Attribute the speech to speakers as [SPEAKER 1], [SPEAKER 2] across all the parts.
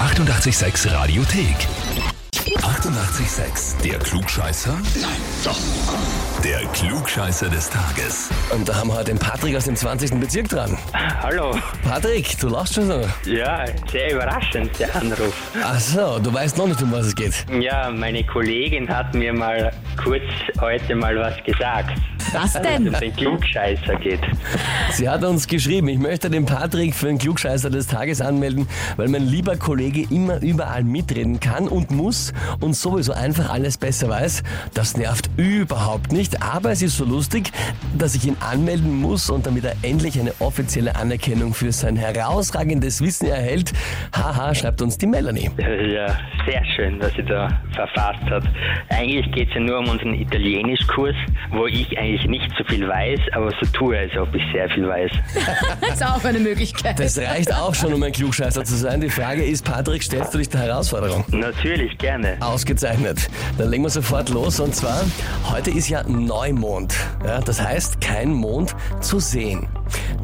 [SPEAKER 1] 886 Radiothek. 88,6. Der Klugscheißer? Nein, doch. Der Klugscheißer des Tages.
[SPEAKER 2] Und da haben wir heute den Patrick aus dem 20. Bezirk dran.
[SPEAKER 3] Hallo.
[SPEAKER 2] Patrick, du lachst schon so.
[SPEAKER 3] Ja, sehr überraschend, der Anruf.
[SPEAKER 2] Ach so, du weißt noch nicht, um was es geht.
[SPEAKER 3] Ja, meine Kollegin hat mir mal kurz heute mal was gesagt,
[SPEAKER 4] Was
[SPEAKER 3] wenn es
[SPEAKER 4] denn?
[SPEAKER 3] um den Klugscheißer geht.
[SPEAKER 2] Sie hat uns geschrieben, ich möchte den Patrick für den Klugscheißer des Tages anmelden, weil mein lieber Kollege immer überall mitreden kann und muss und sowieso einfach alles besser weiß. Das nervt überhaupt nicht, aber es ist so lustig, dass ich ihn anmelden muss und damit er endlich eine offizielle Anerkennung für sein herausragendes Wissen erhält. Haha, schreibt uns die Melanie.
[SPEAKER 3] Ja, sehr schön, was sie da verfasst hat. Eigentlich geht es ja nur um unseren Italienischkurs, wo ich eigentlich nicht so viel weiß, aber so tue, als ob ich sehr viel weiß.
[SPEAKER 4] Das ist auch eine Möglichkeit.
[SPEAKER 2] Das reicht auch schon, um ein Klugscheißer zu sein. Die Frage ist, Patrick, stellst du dich der Herausforderung?
[SPEAKER 3] Natürlich, gerne.
[SPEAKER 2] Ausgezeichnet. Dann legen wir sofort los und zwar, heute ist ja Neumond. Ja, das heißt, kein Mond zu sehen.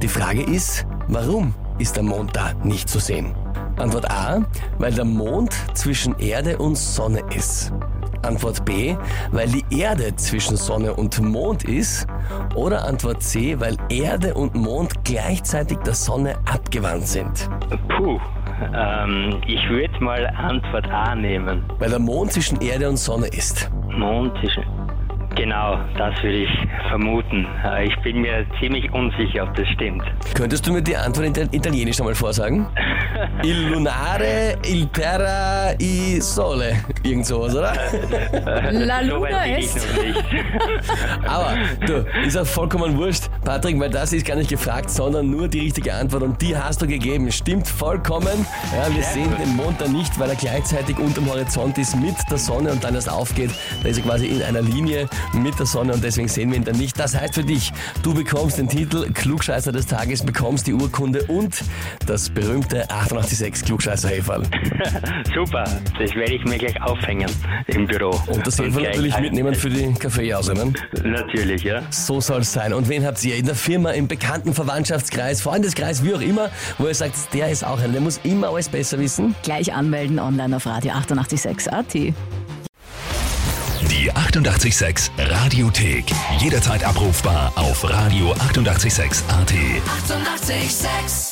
[SPEAKER 2] Die Frage ist, warum ist der Mond da nicht zu sehen? Antwort A, weil der Mond zwischen Erde und Sonne ist. Antwort B, weil die Erde zwischen Sonne und Mond ist. Oder Antwort C, weil Erde und Mond gleichzeitig der Sonne abgewandt sind.
[SPEAKER 3] Puh, ähm, ich würde mal Antwort A nehmen.
[SPEAKER 2] Weil der Mond zwischen Erde und Sonne ist.
[SPEAKER 3] Mond ist. Genau, das würde ich vermuten. Aber Ich bin mir ziemlich unsicher, ob das stimmt.
[SPEAKER 2] Könntest du mir die Antwort in Ital- Italienisch nochmal vorsagen? il lunare, il terra, i sole. Irgend sowas, oder?
[SPEAKER 4] La
[SPEAKER 3] So weit
[SPEAKER 4] Luna
[SPEAKER 3] bin ich
[SPEAKER 4] ist.
[SPEAKER 3] noch nicht.
[SPEAKER 2] Aber du, ist auch vollkommen wurscht, Patrick, weil das ist gar nicht gefragt, sondern nur die richtige Antwort und die hast du gegeben. Stimmt vollkommen. Ja, wir sehen den Mond dann nicht, weil er gleichzeitig unterm Horizont ist mit der Sonne und dann erst aufgeht. Da ist er quasi in einer Linie mit der Sonne und deswegen sehen wir ihn dann nicht. Das heißt für dich, du bekommst den Titel Klugscheißer des Tages, bekommst die Urkunde und das berühmte 886 klugscheißer -Häferl.
[SPEAKER 3] Super, das werde ich mir gleich aufhängen im Büro.
[SPEAKER 2] Und Oh, das Häferl
[SPEAKER 3] gleich
[SPEAKER 2] natürlich
[SPEAKER 3] ein-
[SPEAKER 2] mitnehmen für die Kaffeejause, ne?
[SPEAKER 3] Natürlich, ja.
[SPEAKER 2] So soll's sein. Und wen habt ihr in der Firma, im bekannten Verwandtschaftskreis, Freundeskreis, wie auch immer, wo ihr sagt, der ist auch einer, der muss immer alles besser wissen?
[SPEAKER 4] Gleich anmelden online auf Radio 886 AT.
[SPEAKER 1] Die 88,6 Radiothek. Jederzeit abrufbar auf radio886.at. 88,6.
[SPEAKER 5] Eighty-eight, sex.